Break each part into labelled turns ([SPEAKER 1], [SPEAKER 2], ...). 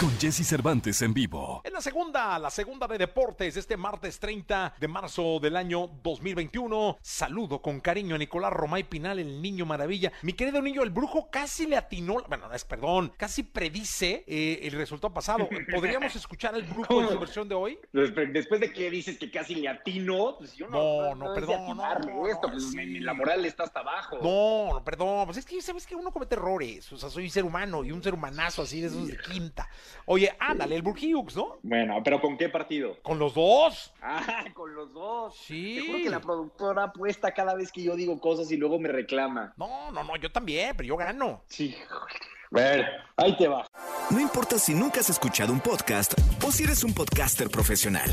[SPEAKER 1] Con Jesse Cervantes en vivo.
[SPEAKER 2] En la segunda, la segunda de deportes, este martes 30 de marzo del año 2021. Saludo con cariño a Nicolás Romay Pinal, el niño maravilla. Mi querido niño, el brujo casi le atinó, bueno, es perdón, casi predice eh, el resultado pasado. ¿Podríamos escuchar al brujo en su versión de hoy?
[SPEAKER 3] Después después de que dices que casi le atino, pues yo
[SPEAKER 2] No,
[SPEAKER 3] no.
[SPEAKER 2] no,
[SPEAKER 3] es de
[SPEAKER 2] perdón,
[SPEAKER 3] atinarle
[SPEAKER 2] no, no,
[SPEAKER 3] esto, pues,
[SPEAKER 2] sí.
[SPEAKER 3] mi- mi- la moral está hasta abajo.
[SPEAKER 2] No, no, perdón, pues es que sabes que uno comete errores, o sea, soy un ser humano y un ser humanazo así de esos de quinta. Oye, ándale, el Burgiux, ¿no?
[SPEAKER 3] Bueno, pero ¿con qué partido?
[SPEAKER 2] Con los dos.
[SPEAKER 3] Ah, con los dos.
[SPEAKER 2] Sí.
[SPEAKER 3] Te juro que la productora apuesta cada vez que yo digo cosas y luego me reclama.
[SPEAKER 2] No, no, no, yo también, pero yo gano.
[SPEAKER 3] Sí. Bueno, ahí te va.
[SPEAKER 4] No importa si nunca has escuchado un podcast o si eres un podcaster profesional.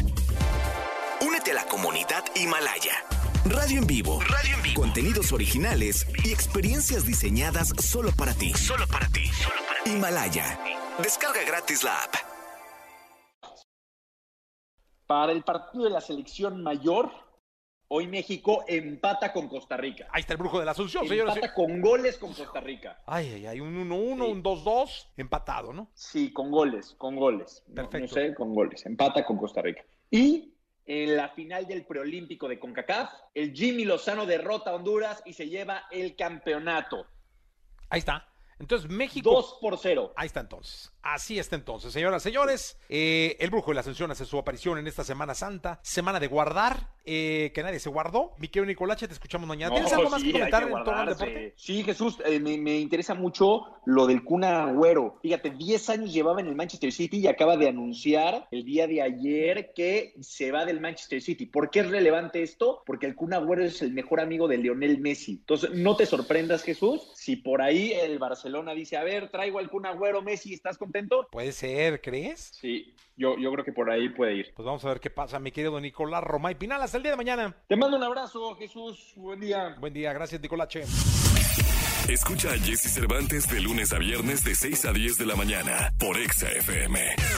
[SPEAKER 4] Únete a la comunidad Himalaya. Radio en vivo. Radio en vivo. Contenidos originales y experiencias diseñadas solo para ti. Solo para ti. Solo para ti. Himalaya. Descarga gratis la app.
[SPEAKER 3] Para el partido de la selección mayor, hoy México empata con Costa Rica.
[SPEAKER 2] Ahí está el brujo de la Asunción, señores.
[SPEAKER 3] empata con goles con Costa Rica.
[SPEAKER 2] Ay, ay, ay, un 1-1,
[SPEAKER 3] Sí.
[SPEAKER 2] un 2-2, empatado, ¿no?
[SPEAKER 3] Sí, con goles, con goles. No-
[SPEAKER 2] Perfecto.
[SPEAKER 3] No, sé, con goles. Empata con Costa Rica. Y en la final del preolímpico de CONCACAF, el Jimmy Lozano derrota a Honduras y se lleva el campeonato.
[SPEAKER 2] Ahí está. Entonces, México.
[SPEAKER 3] 2 por 0.
[SPEAKER 2] Ahí está entonces. Así está entonces, señoras, señores. eh, el brujo de la Ascensión hace su aparición en esta Semana Santa, semana de guardar, eh, que nadie se guardó. Mi querido Nicolache, te escuchamos mañana.
[SPEAKER 3] pues
[SPEAKER 2] ¿Tienes algo más que comentar en torno al deporte?
[SPEAKER 3] Sí, Jesús, eh, me, me interesa mucho lo del Cuna Agüero. Fíjate, 10 años llevaba en el Manchester City y acaba de anunciar el día de ayer que se va del Manchester City. ¿Por qué es relevante esto? Porque el Cuna Agüero es el mejor amigo de Lionel Messi. Entonces, no te sorprendas, Jesús, si por ahí el Barcelona dice, a ver, traigo al Cuna Agüero, Messi, ¿estás contento?
[SPEAKER 2] Puede ser, ¿crees?
[SPEAKER 3] Sí, yo, yo creo que por ahí puede ir.
[SPEAKER 2] Pues vamos a ver qué pasa, mi querido Nicolás Romay Pinal. Hasta el día de mañana.
[SPEAKER 3] Te mando un abrazo, Jesús. Buen día.
[SPEAKER 2] Buen día, gracias, Nicolache.
[SPEAKER 5] Escucha a Jesse Cervantes de lunes a viernes de 6 a 10 de la mañana por Exa FM.